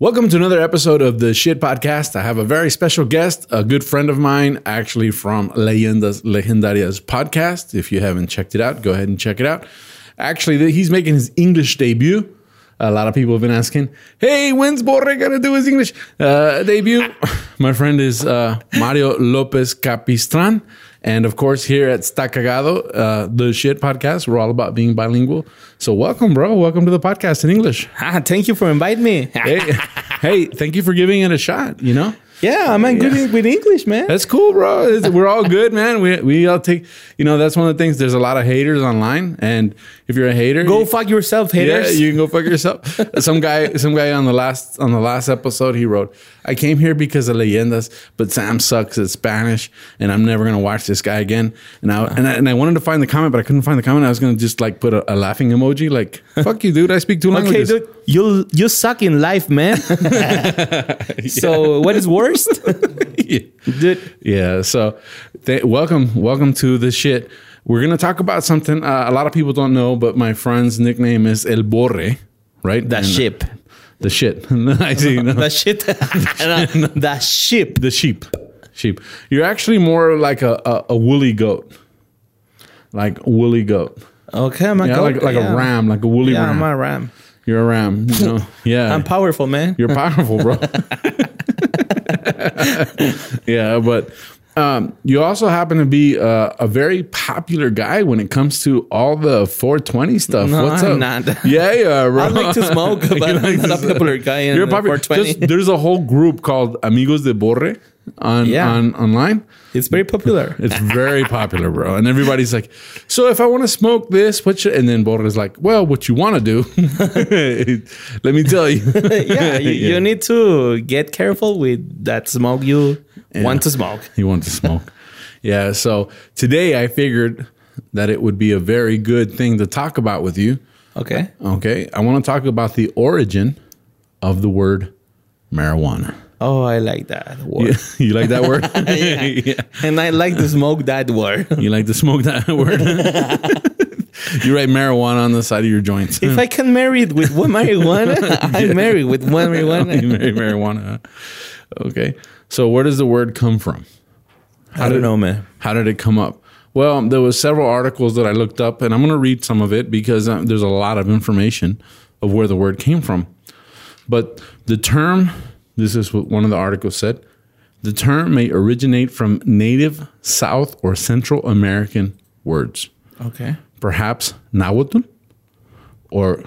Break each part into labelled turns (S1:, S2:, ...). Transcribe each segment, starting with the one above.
S1: Welcome to another episode of the Shit Podcast. I have a very special guest, a good friend of mine, actually from Leyendas Legendarias podcast. If you haven't checked it out, go ahead and check it out. Actually, th- he's making his English debut. A lot of people have been asking, hey, when's Borre going to do his English uh, debut? My friend is uh, Mario Lopez Capistran. And of course, here at Stacagado, uh, the Shit Podcast, we're all about being bilingual. So, welcome, bro. Welcome to the podcast in English
S2: Ah, thank you for inviting me.
S1: hey, hey, thank you for giving it a shot. You know,
S2: yeah, I'm good in- with English, man.
S1: that's cool, bro. It's- we're all good, man. We we all take. You know, that's one of the things. There's a lot of haters online, and if you're a hater,
S2: Go fuck yourself,
S1: yeah,
S2: haters.
S1: you can go fuck yourself. some guy, some guy on the last on the last episode, he wrote, "I came here because of leyendas, but Sam sucks at Spanish, and I'm never gonna watch this guy again." And I and I, and I wanted to find the comment, but I couldn't find the comment. I was gonna just like put a, a laughing emoji, like "fuck you, dude. I speak two languages."
S2: okay, dude, you you suck in life, man. So what is worst, dude?
S1: Yeah. So, th- welcome, welcome to the shit. We're gonna talk about something uh, a lot of people don't know, but my friend's nickname is El Borre, right?
S2: The
S1: And-
S2: ship,
S1: The shit. I see. no.
S2: the shit, No, the ship.
S1: the sheep. Sheep. You're actually more like a, a, a woolly goat, like woolly goat.
S2: Okay, I'm a
S1: Yeah,
S2: goat,
S1: like like
S2: yeah.
S1: a ram, like a woolly
S2: Yeah,
S1: ram.
S2: I'm a ram.
S1: You're a ram. You know? Yeah.
S2: I'm powerful, man.
S1: You're powerful, bro. yeah, but um, you also happen to be uh, a very popular guy when it comes to all the 420 stuff.
S2: No,
S1: What's
S2: I'm
S1: up?
S2: not.
S1: Yeah, yeah, bro.
S2: I like to smoke, but
S1: You
S2: I'm
S1: to
S2: not a
S1: smoke.
S2: popular guy in
S1: You're
S2: the
S1: popular.
S2: 420.
S1: Just- there's a whole group called Amigos de Borre on,
S2: Yeah.
S1: on online.
S2: It's very popular.
S1: It's very popular, bro. And everybody's like, so if I want to smoke this, what should, and then Borre's like, well, what you want to do, let me tell you.
S2: yeah, you, you need to get careful with that smoke you want to smoke.
S1: You wanted to smoke. yeah. So today I figured that it would be a very good thing to talk about with you.
S2: Okay.
S1: Okay. I want to talk about the origin of the word marijuana.
S2: Oh, I like that word.
S1: you like that word? Yeah.
S2: And I like to smoke that word.
S1: You like to smoke that word? you write marijuana on the side of your joints.
S2: If I can marry it with one marijuana, I'm married with one marijuana.
S1: You marry marijuana. huh? Okay. So where does the word come from?
S2: I don't know, man.
S1: How did it come up? Well, there was several articles that I looked up, and I'm going to read some of it because uh, there's a lot of information of where the word came from. But the term, this is what one of the articles said, the term may originate from native South or Central American words,
S2: Okay.
S1: perhaps Nahuatl or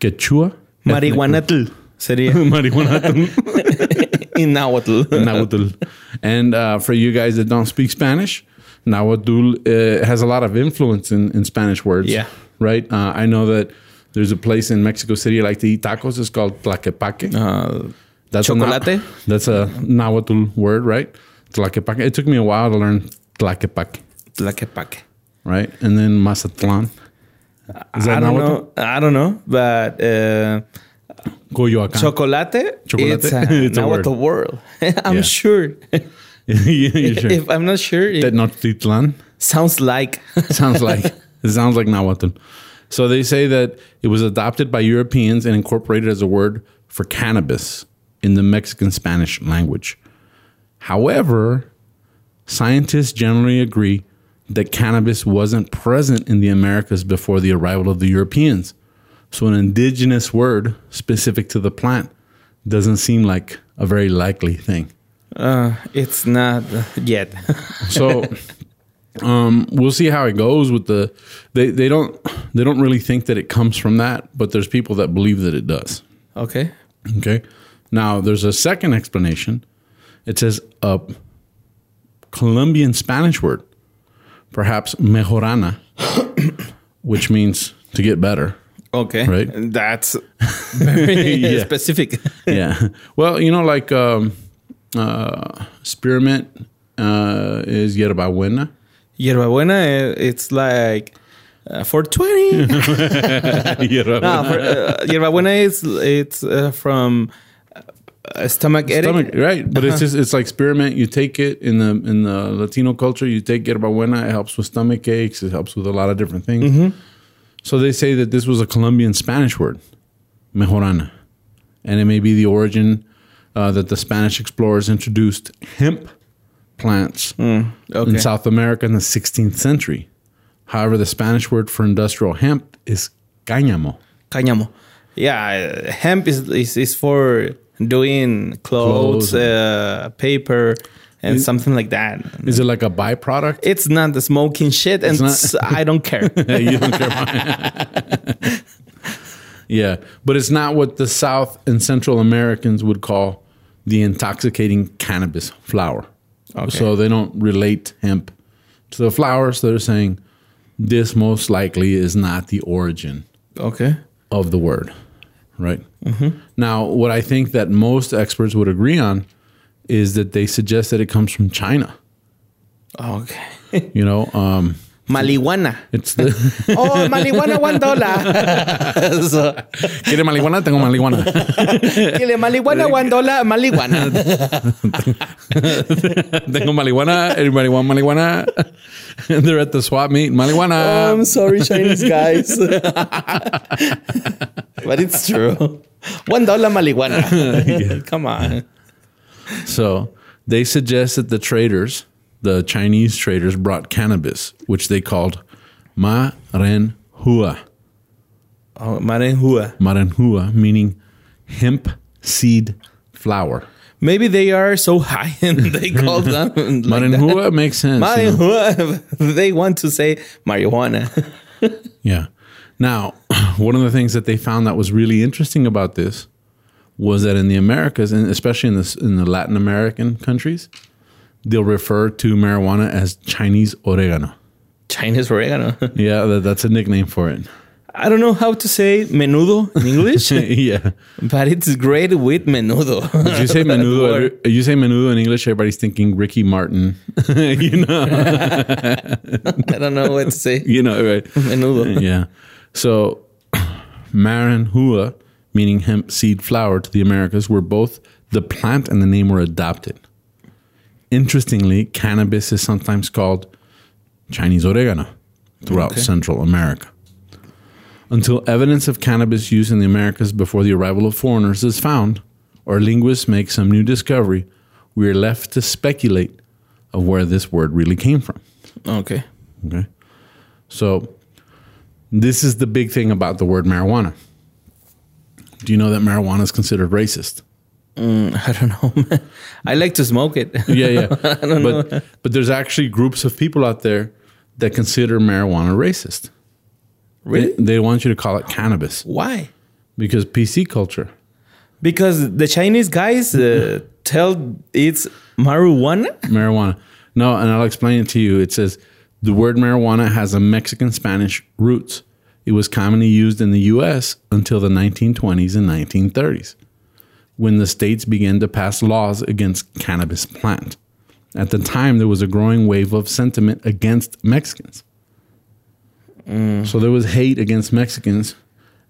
S1: Quechua.
S2: Marihuanatl sería
S1: Marihuana.
S2: in Nahuatl.
S1: Nahuatl. And uh, for you guys that don't speak Spanish, Nahuatl uh, has a lot of influence in, in Spanish words.
S2: Yeah.
S1: Right? Uh, I know that there's a place in Mexico City I like to eat tacos. It's called Tlaquepaque.
S2: Uh,
S1: that's A
S2: chocolate?
S1: Na- that's a Nahuatl word, right? Tlaquepaque. It took me a while to learn Tlaquepaque,
S2: Tlaquepaque.
S1: right? And then Mazatlan. Is
S2: I
S1: that
S2: don't
S1: Nahuatl?
S2: know. I don't know, but uh,
S1: Coyoacan.
S2: chocolate,
S1: Chocolate?
S2: it's a,
S1: It's a
S2: Nahuatl word. I'm
S1: Yeah.
S2: sure.
S1: You sure?
S2: If I'm not sure, it
S1: Tenochtitlan.
S2: sounds like
S1: sounds like it sounds like Nahuatl. So they say that it was adopted by Europeans and incorporated as a word for cannabis in the Mexican Spanish language. However, scientists generally agree that cannabis wasn't present in the Americas before the arrival of the Europeans. So an indigenous word specific to the plant doesn't seem like a very likely thing.
S2: uh, it's not yet.
S1: So um, we'll see how it goes with the they, they don't they don't really think that it comes from that, but there's people that believe that it does.
S2: okay.
S1: Okay. Now there's a second explanation. It says a Colombian Spanish word, perhaps mejorana, which means to get better.
S2: Okay.
S1: Right.
S2: That's very
S1: Yeah.
S2: specific.
S1: yeah. Well, you know, like um, uh, spearmint uh, is yerba buena.
S2: Yerbabuena, eh, it's like uh, 420. no, for, uh, Yerbabuena is it's uh, from uh, stomach headache.
S1: Stomach, right? But it's just it's like spearmint. You take it in the in the Latino culture. You take yerbabuena. It helps with stomach aches. It helps with a lot of different things. So they say that this was a Colombian Spanish word, mejorana, and it may be the origin uh, that the Spanish explorers introduced hemp plants
S2: Okay.
S1: in South America in the 16th century. However, the Spanish word for industrial hemp is cáñamo.
S2: Cáñamo. Yeah, uh, hemp is, is is for doing
S1: Clothes.
S2: clothes,
S1: Mm.
S2: uh, paper, and something like that.
S1: Is it like a byproduct?
S2: It's not the smoking shit, and
S1: not-
S2: s- I don't care.
S1: you don't care about- yeah, but it's not what the South and Central Americans would call the intoxicating cannabis flower.
S2: Okay.
S1: So they don't relate hemp to the flowers. they're saying this most likely is not the origin
S2: okay.
S1: of the word, right? Now, what I think that most experts would agree on is that they suggest that it comes from China.
S2: Okay.
S1: You know, um,
S2: Malihuana.
S1: it's the.
S2: Oh, malihuana, one dollar. so,
S1: ¿Quiere marihuana? Tengo marihuana.
S2: Chile, malihuana, one dollar, malihuana.
S1: Tengo marihuana. Everybody want marihuana? They're at the swap meet. Marihuana.
S2: I'm Um, sorry, Chinese guys. but it's true. One dollar, malihuana. Come on.
S1: so they suggest that the traders, the Chinese traders, brought cannabis, which they called marenhua.
S2: Oh, marenhua.
S1: Marenhua, meaning hemp seed flower.
S2: Maybe they are so high and they call them like that.
S1: Marenhua makes sense. you know?
S2: Marenhua. they want to say marijuana.
S1: Yeah. Now, one of the things that they found that was really interesting about this was that in the Americas, and especially in the, in the Latin American countries, they'll refer to marijuana as Chinese oregano.
S2: Chinese oregano.
S1: Yeah, that, that's a nickname for it.
S2: I don't know how to say menudo in English,
S1: yeah.
S2: but it's great with menudo.
S1: If you say menudo, every- you say menudo in English, everybody's thinking Ricky Martin. you know,
S2: I don't know what to say.
S1: you know, right?
S2: Menudo.
S1: yeah. So, marinhua, meaning hemp seed flower, to the Americas, where both the plant and the name were adopted. Interestingly, cannabis is sometimes called Chinese oregano throughout
S2: Okay.
S1: Central America. Until evidence of cannabis use in the Americas before the arrival of foreigners is found, or linguists make some new discovery, we are left to speculate of where this word really came from.
S2: Okay.
S1: Okay. So this is the big thing about the word marijuana. Do you know that marijuana is considered racist?
S2: I don't know. man. I like to smoke it.
S1: Yeah, yeah. but but there's actually groups of people out there that consider marijuana racist.
S2: Really?
S1: They, they want you to call it cannabis
S2: Why?
S1: because PC culture.
S2: Because the Chinese guys uh, tell it's marijuana.
S1: marijuana. No, and I'll explain it to you. It says the word marijuana has a Mexican Spanish roots. It was commonly used in the U.S. until the 1920s and 1930s, when the states began to pass laws against cannabis plant. At the time, there was a growing wave of sentiment against Mexicans.
S2: Mm.
S1: So there was hate against Mexicans,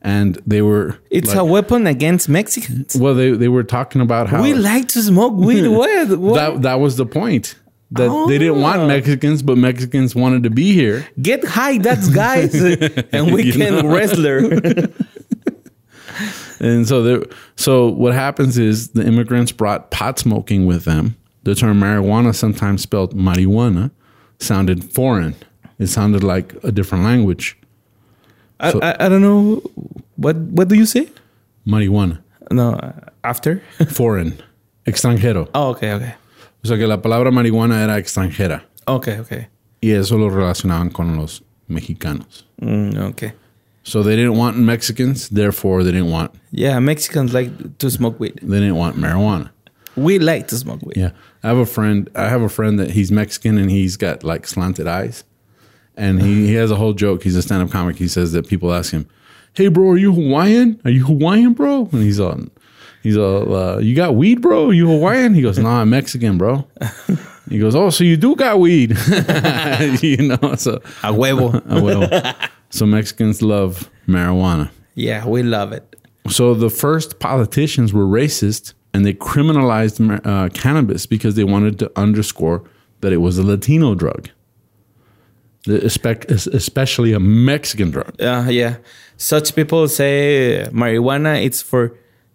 S1: and they were
S2: It's
S1: like-
S2: a weapon against Mexicans.
S1: well, they they were talking about how
S2: We like to smoke weed. What? what?
S1: that that was the point. That they didn't want Mexicans, but Mexicans wanted to be here.
S2: Get high, that's guys, and we
S1: You
S2: can wrestler.
S1: And so there so what happens is the immigrants brought pot smoking with them. The term marijuana, sometimes spelled marijuana, sounded foreign. It sounded like a different language.
S2: I, I, I don't know what what do you say?
S1: Marijuana.
S2: No, uh, after.
S1: Foreign. Extranjero.
S2: Oh, okay, okay,
S1: O sea que la palabra marihuana era extranjera.
S2: okay, okay,
S1: Y eso lo relacionaban con los mexicanos.
S2: mm, okay.
S1: So they didn't want Mexicans, therefore they didn't want
S2: Yeah, Mexicans like to smoke weed.
S1: they didn't want marijuana.
S2: We like to smoke weed.
S1: Yeah, I have a friend. I have a friend that he's Mexican and he's got like slanted eyes, and he, he has a whole joke. He's a stand-up comic. He says that people ask him, "Hey, bro, are you Hawaiian? Are you Hawaiian, bro?" And he's all, he's all, uh, "You got weed, bro? Are you Hawaiian?" He goes, "Nah, I'm Mexican, bro." He goes, oh, so you do got weed, you know? So
S2: A huevo.
S1: I will. so Mexicans love marijuana.
S2: yeah, we love it.
S1: So the first politicians were racist and they criminalized mar- uh, cannabis because they wanted to underscore that it was a Latino drug, The- espe- es- especially a Mexican drug.
S2: Uh, yeah. Such people say marijuana it's for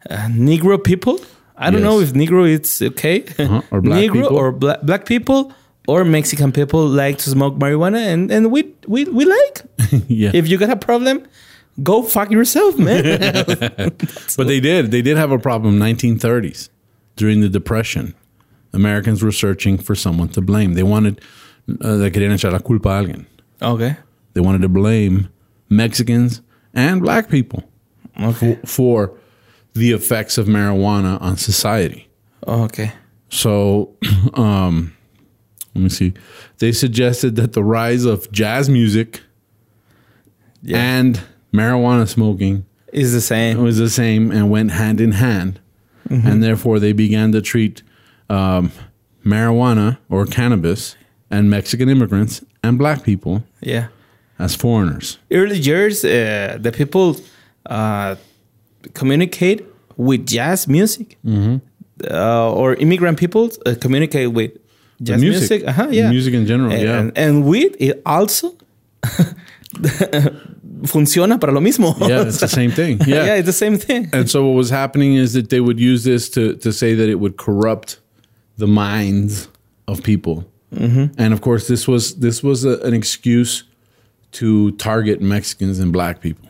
S2: uh, Negro people. I don't
S1: Yes. Uh-huh.
S2: know if Negro it's okay.
S1: or black
S2: Negro
S1: people.
S2: or bla- black people or Mexican people like to smoke marijuana and, and we, we we like.
S1: yeah.
S2: if you got a problem, go fuck yourself, man.
S1: But they did. They did have a problem. 1930s, during the Depression, Americans were searching for someone to blame. They wanted, uh, they querían echar la culpa a alguien.
S2: okay.
S1: They wanted to blame Mexicans and black people
S2: Okay.
S1: for the effects of marijuana on society.
S2: Okay.
S1: So, um, let me see. They suggested that the rise of jazz music
S2: Yeah.
S1: and marijuana smoking
S2: It's the same.
S1: was the same and went hand in hand,
S2: Mm-hmm.
S1: and therefore they began to treat um, marijuana or cannabis and Mexican immigrants and black people
S2: Yeah.
S1: as foreigners.
S2: early years, uh, the people uh, communicate with jazz music,
S1: Mm-hmm.
S2: uh, or immigrant people uh, communicate with jazz music. Uh-huh, yeah,
S1: music in general,
S2: and,
S1: yeah.
S2: and with it also funciona para lo mismo.
S1: yeah, it's the same thing. Yeah.
S2: yeah, it's the same thing.
S1: And so what was happening is that they would use this to to say that it would corrupt the minds of people.
S2: Mm-hmm.
S1: And of course, this was this was a, an excuse to target Mexicans and black people,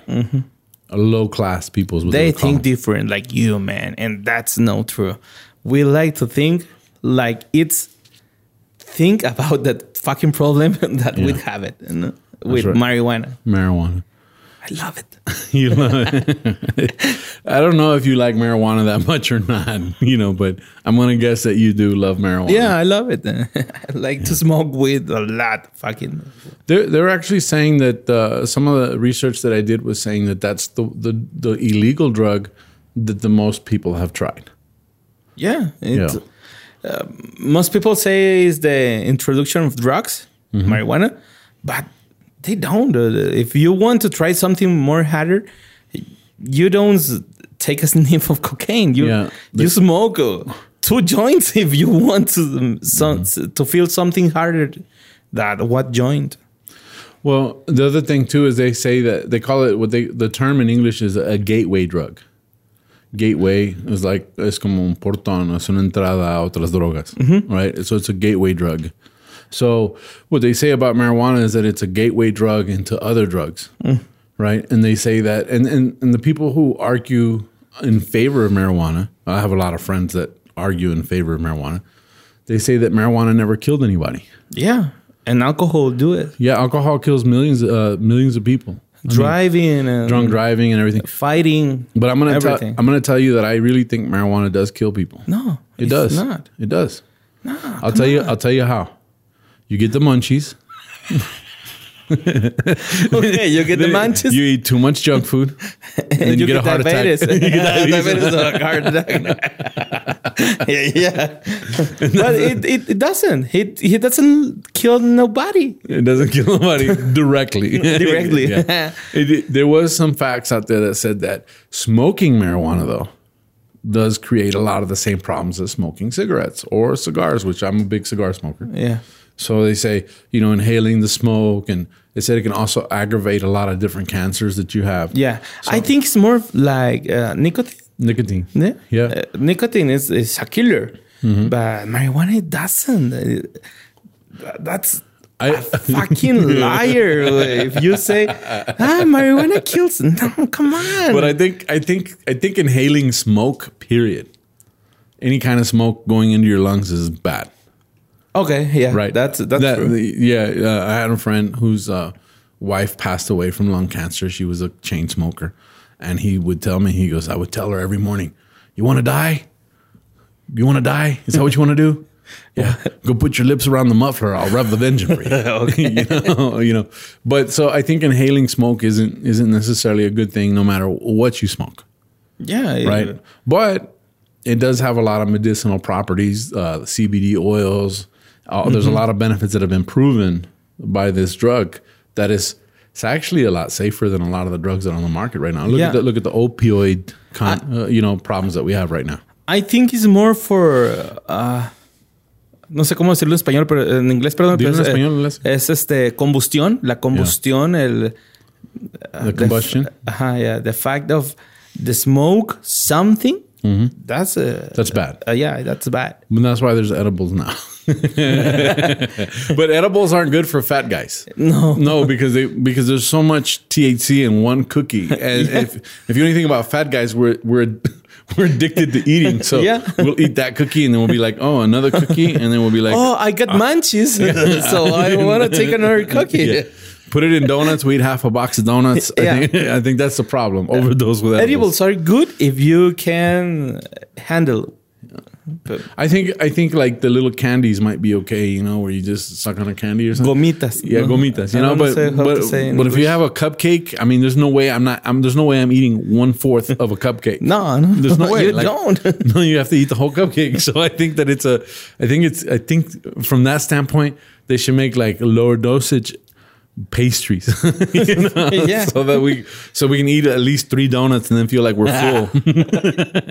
S1: low class peoples. was what
S2: Mm-hmm. they
S1: would call
S2: think
S1: them.
S2: different like you man and that's not true we like to think like it's think about that fucking problem that we
S1: Yeah.
S2: have it you know, with
S1: right.
S2: marijuana
S1: marijuana.
S2: i love it
S1: You know, I don't know if you like marijuana that much or not, you know, but I'm gonna guess that you do love marijuana.
S2: yeah i love it i like to smoke weed a lot fucking
S1: They're, they're actually saying that uh, some of the research that I did was saying that that's the, the, the illegal drug that the most people have tried.
S2: yeah it, uh, most people say is the introduction of drugs
S1: Mm-hmm.
S2: marijuana but they don't Uh, if you want to try something more harder you don't s- take a sniff of cocaine you
S1: Yeah,
S2: you
S1: the-
S2: smoke uh, two joints if you want to um,
S1: Mm-hmm.
S2: so, to feel something harder than what joint
S1: Well, the other thing too is they say that they call it what they the term in English is a gateway drug. Gateway is like es como un portón, es una entrada a otras drogas, right? So it's a gateway drug. So what they say about marijuana is that it's a gateway drug into other drugs, right? And they say that, and, and and the people who argue in favor of marijuana, I have a lot of friends that argue in favor of marijuana. They say that marijuana never killed anybody.
S2: yeah and alcohol do it
S1: Yeah, alcohol kills millions, uh, millions of people
S2: driving and
S1: drunk driving and everything.
S2: fighting
S1: But I'm gonna tell,
S2: Mm. everything
S1: I'm gonna tell you that I really think marijuana does kill people.
S2: no
S1: it does.
S2: not
S1: It does. No, I'll tell you. I'll tell you how. You get the munchies.
S2: okay you get the munchies
S1: You eat too much junk food, and then you, get, a heart attack. You get diabetes.
S2: or heart attack. yeah, yeah. but it, it, it doesn't. He he doesn't kill nobody.
S1: It doesn't kill nobody directly.
S2: Directly.
S1: Yeah. It- it- there was some facts out there that said that smoking marijuana though does create a lot of the same problems as smoking cigarettes or cigars, which I'm a big cigar smoker.
S2: Yeah.
S1: So they say, you know, inhaling the smoke, and they said it can also aggravate a lot of different cancers that you have.
S2: Yeah. I think it's more of like uh, nicotine.
S1: Nicotine.
S2: Yeah.
S1: Yeah. Mm-hmm.
S2: Uh, nicotine is, is a killer, but marijuana it doesn't. It- that- that's
S1: I-
S2: a fucking liar. if you say, ah, marijuana kills. No, come on.
S1: But I think, I think, I think inhaling smoke, period, any kind of smoke going into your lungs is bad.
S2: okay. Yeah.
S1: Right.
S2: That's, that's
S1: That-
S2: true.
S1: the- yeah. Uh, I had a friend whose uh, wife passed away from lung cancer. She was a chain smoker. And he would tell me, he goes, I would tell her every morning, You want to die? You want to die? Is that what you want to do? Yeah. Go put your lips around the muffler. I'll rub the engine for you. you, know, you know. But so I think inhaling smoke isn't isn't necessarily a good thing no matter what you smoke
S2: yeah. yeah.
S1: right? But it does have a lot of medicinal properties, uh, CBD oils, Uh, There's a lot of benefits that have been proven by this drug that is it's actually a lot safer than a lot of the drugs that are on the market right now. Look
S2: Yeah.
S1: at the, look at the opioid con, uh, you know problems that we have right now.
S2: I think it's more for. uh, no sé cómo decirlo en español, pero en inglés, perdón.
S1: Dilo
S2: pero
S1: en
S2: es, eh,
S1: español, Lazo.
S2: es este combustión, la combustión, el.
S1: The combustion.
S2: Ajá, yeah. The fact of the smoke, something. That's a.
S1: Mm-hmm. That's bad.
S2: uh, yeah, that's bad.
S1: And that's why there's edibles now. but edibles aren't good for fat guys.
S2: No.
S1: No, because they because there's so much THC in one cookie. And if if you know anything about fat guys, we're we're we're addicted to eating. So
S2: Yeah.
S1: we'll eat that cookie and then we'll be like, oh, another cookie, and then we'll be like,
S2: Oh, I got munchies, so I want to take another cookie.
S1: yeah. Put it in donuts. We eat half a box of donuts. I,
S2: Yeah.
S1: think, I think that's the problem. Overdose with edibles.
S2: Edibles are good if you can handle. But
S1: I think I think like the little candies might be okay. You know, where you just suck on a candy or something.
S2: gomitas.
S1: Yeah,
S2: no?
S1: gomitas. You
S2: I
S1: know,
S2: don't
S1: but
S2: say how
S1: but,
S2: to say in
S1: but if you
S2: English.
S1: have a cupcake, I mean, there's no way I'm not. I'm, there's no way I'm eating one fourth of a cupcake.
S2: No, no.
S1: there's no way.
S2: You
S1: like-
S2: don't.
S1: no, you have to eat the whole cupcake. So I think that it's a. I think it's. I think from that standpoint, they should make like lower dosage pastries. you know?
S2: Yeah.
S1: So that we so we can eat at least three donuts and then feel like we're full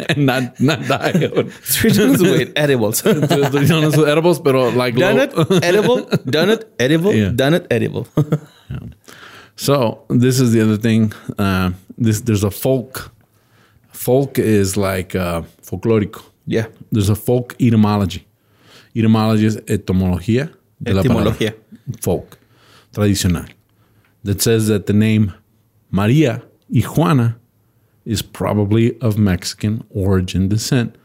S1: and not not die.
S2: Three donuts with edibles.
S1: three donuts with edibles, but uh, like low-
S2: donut, edible, donut, edible,
S1: Yeah.
S2: donut, edible.
S1: So this is the other thing. Uh, this there's a folk. Folk is like uh, folklorico.
S2: yeah.
S1: There's a folk etymology. Etymology is etimología. de la palabra.
S2: Etimología.
S1: Folk, tradicional. That says that the name Maria y Juana is probably of Mexican origin descent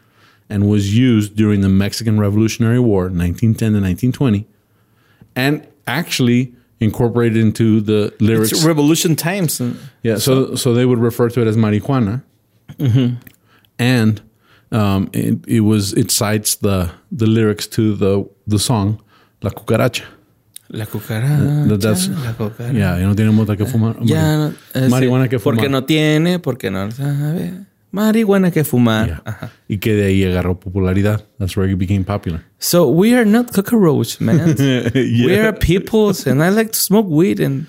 S1: and was used during the Mexican Revolutionary War, 1910 to 1920, and actually incorporated into the lyrics.
S2: It's revolution times. and-
S1: Yeah, so so they would refer to it as marijuana,
S2: Mm-hmm.
S1: and um, it, it was it cites the the lyrics to the the song La Cucaracha.
S2: La cucaracha.
S1: That- that's-
S2: Ah, la cucaracha.
S1: Yeah, you know, tenemos la que fumar.
S2: Ya no, eh,
S1: marihuana
S2: sí,
S1: que fumar.
S2: Porque no tiene, porque no sabe. Marihuana que Ah. fumar.
S1: Yeah.
S2: Ajá.
S1: Y que de ahí agarró popularidad. That's where it became popular.
S2: So we are not cockroach, man. We
S1: yeah.
S2: are peoples, and I like to smoke weed, and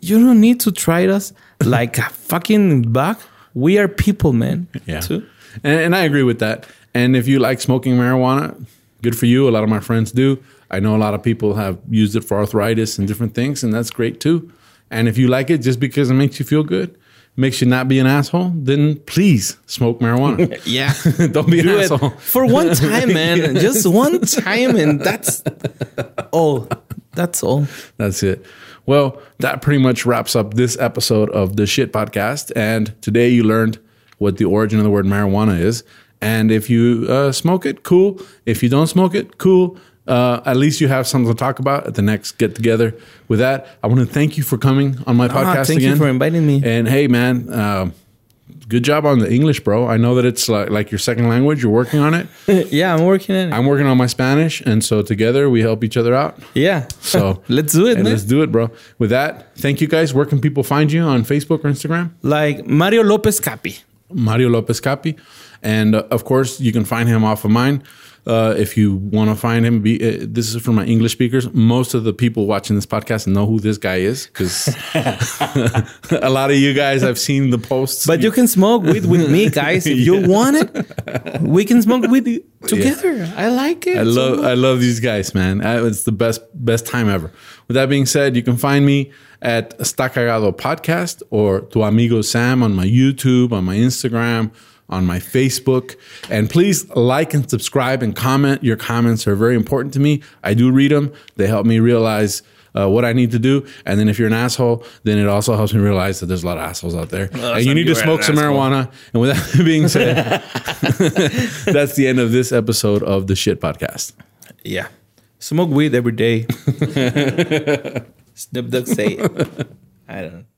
S2: you don't need to try us like a fucking bug. We are people, man.
S1: Yeah.
S2: Too.
S1: And, and I agree with that. And if you like smoking marijuana, good for you. A lot of my friends do. I know a lot of people have used it for arthritis and different things, and that's great too. And if you like it just because it makes you feel good, makes you not be an asshole, then please smoke marijuana.
S2: Yeah.
S1: Don't be an
S2: Do it
S1: asshole.
S2: for one time, man. Just one time, and that's all. That's all.
S1: That's it. Well, that pretty much wraps up this episode of the Shit Podcast. And today you learned what the origin of the word marijuana is. And if you uh, smoke it, cool. If you don't smoke it, cool. Uh, at least you have something to talk about at the next get together. With that, I want to thank you for coming on my podcast
S2: Ah, thank you
S1: again.
S2: for inviting me.
S1: And hey, man, um good job on the English, bro. I know that it's like, like your second language. You're working on it.
S2: yeah, I'm working on it.
S1: I'm working on my Spanish. And so together we help each other out.
S2: yeah.
S1: So
S2: let's do it,
S1: Hey,
S2: man.
S1: let's do it, bro. With that, thank you guys. Where can people find you on Facebook or Instagram?
S2: Like Mario Lopez Capi.
S1: Mario Lopez Capi. And uh, of course, you can find him off of mine. Uh, if you want to find him, be, uh, this is for my English speakers. Most of the people watching this podcast know who this guy is because a lot of you guys have seen the posts.
S2: But you can smoke weed with me, guys. If you want it, we can smoke weed together. I like it.
S1: I love I love these guys, man. I, it's the best best time ever. With that being said, you can find me at Stacagado Podcast or Tu Amigo Sam on my YouTube, on my Instagram, on my Facebook, and please like and subscribe and comment. Your comments are very important to me. I do read them. They help me realize. Uh, what I need to do, and then if you're an asshole, then it also helps me realize that there's a lot of assholes out there, and you
S2: Sam,
S1: need to
S2: you are
S1: smoke
S2: an
S1: some
S2: asshole.
S1: marijuana. And with that being said, that's the end of this episode of the Shit Podcast.
S2: Yeah. Smoke weed every day. Snoop Dogg say it. I don't know.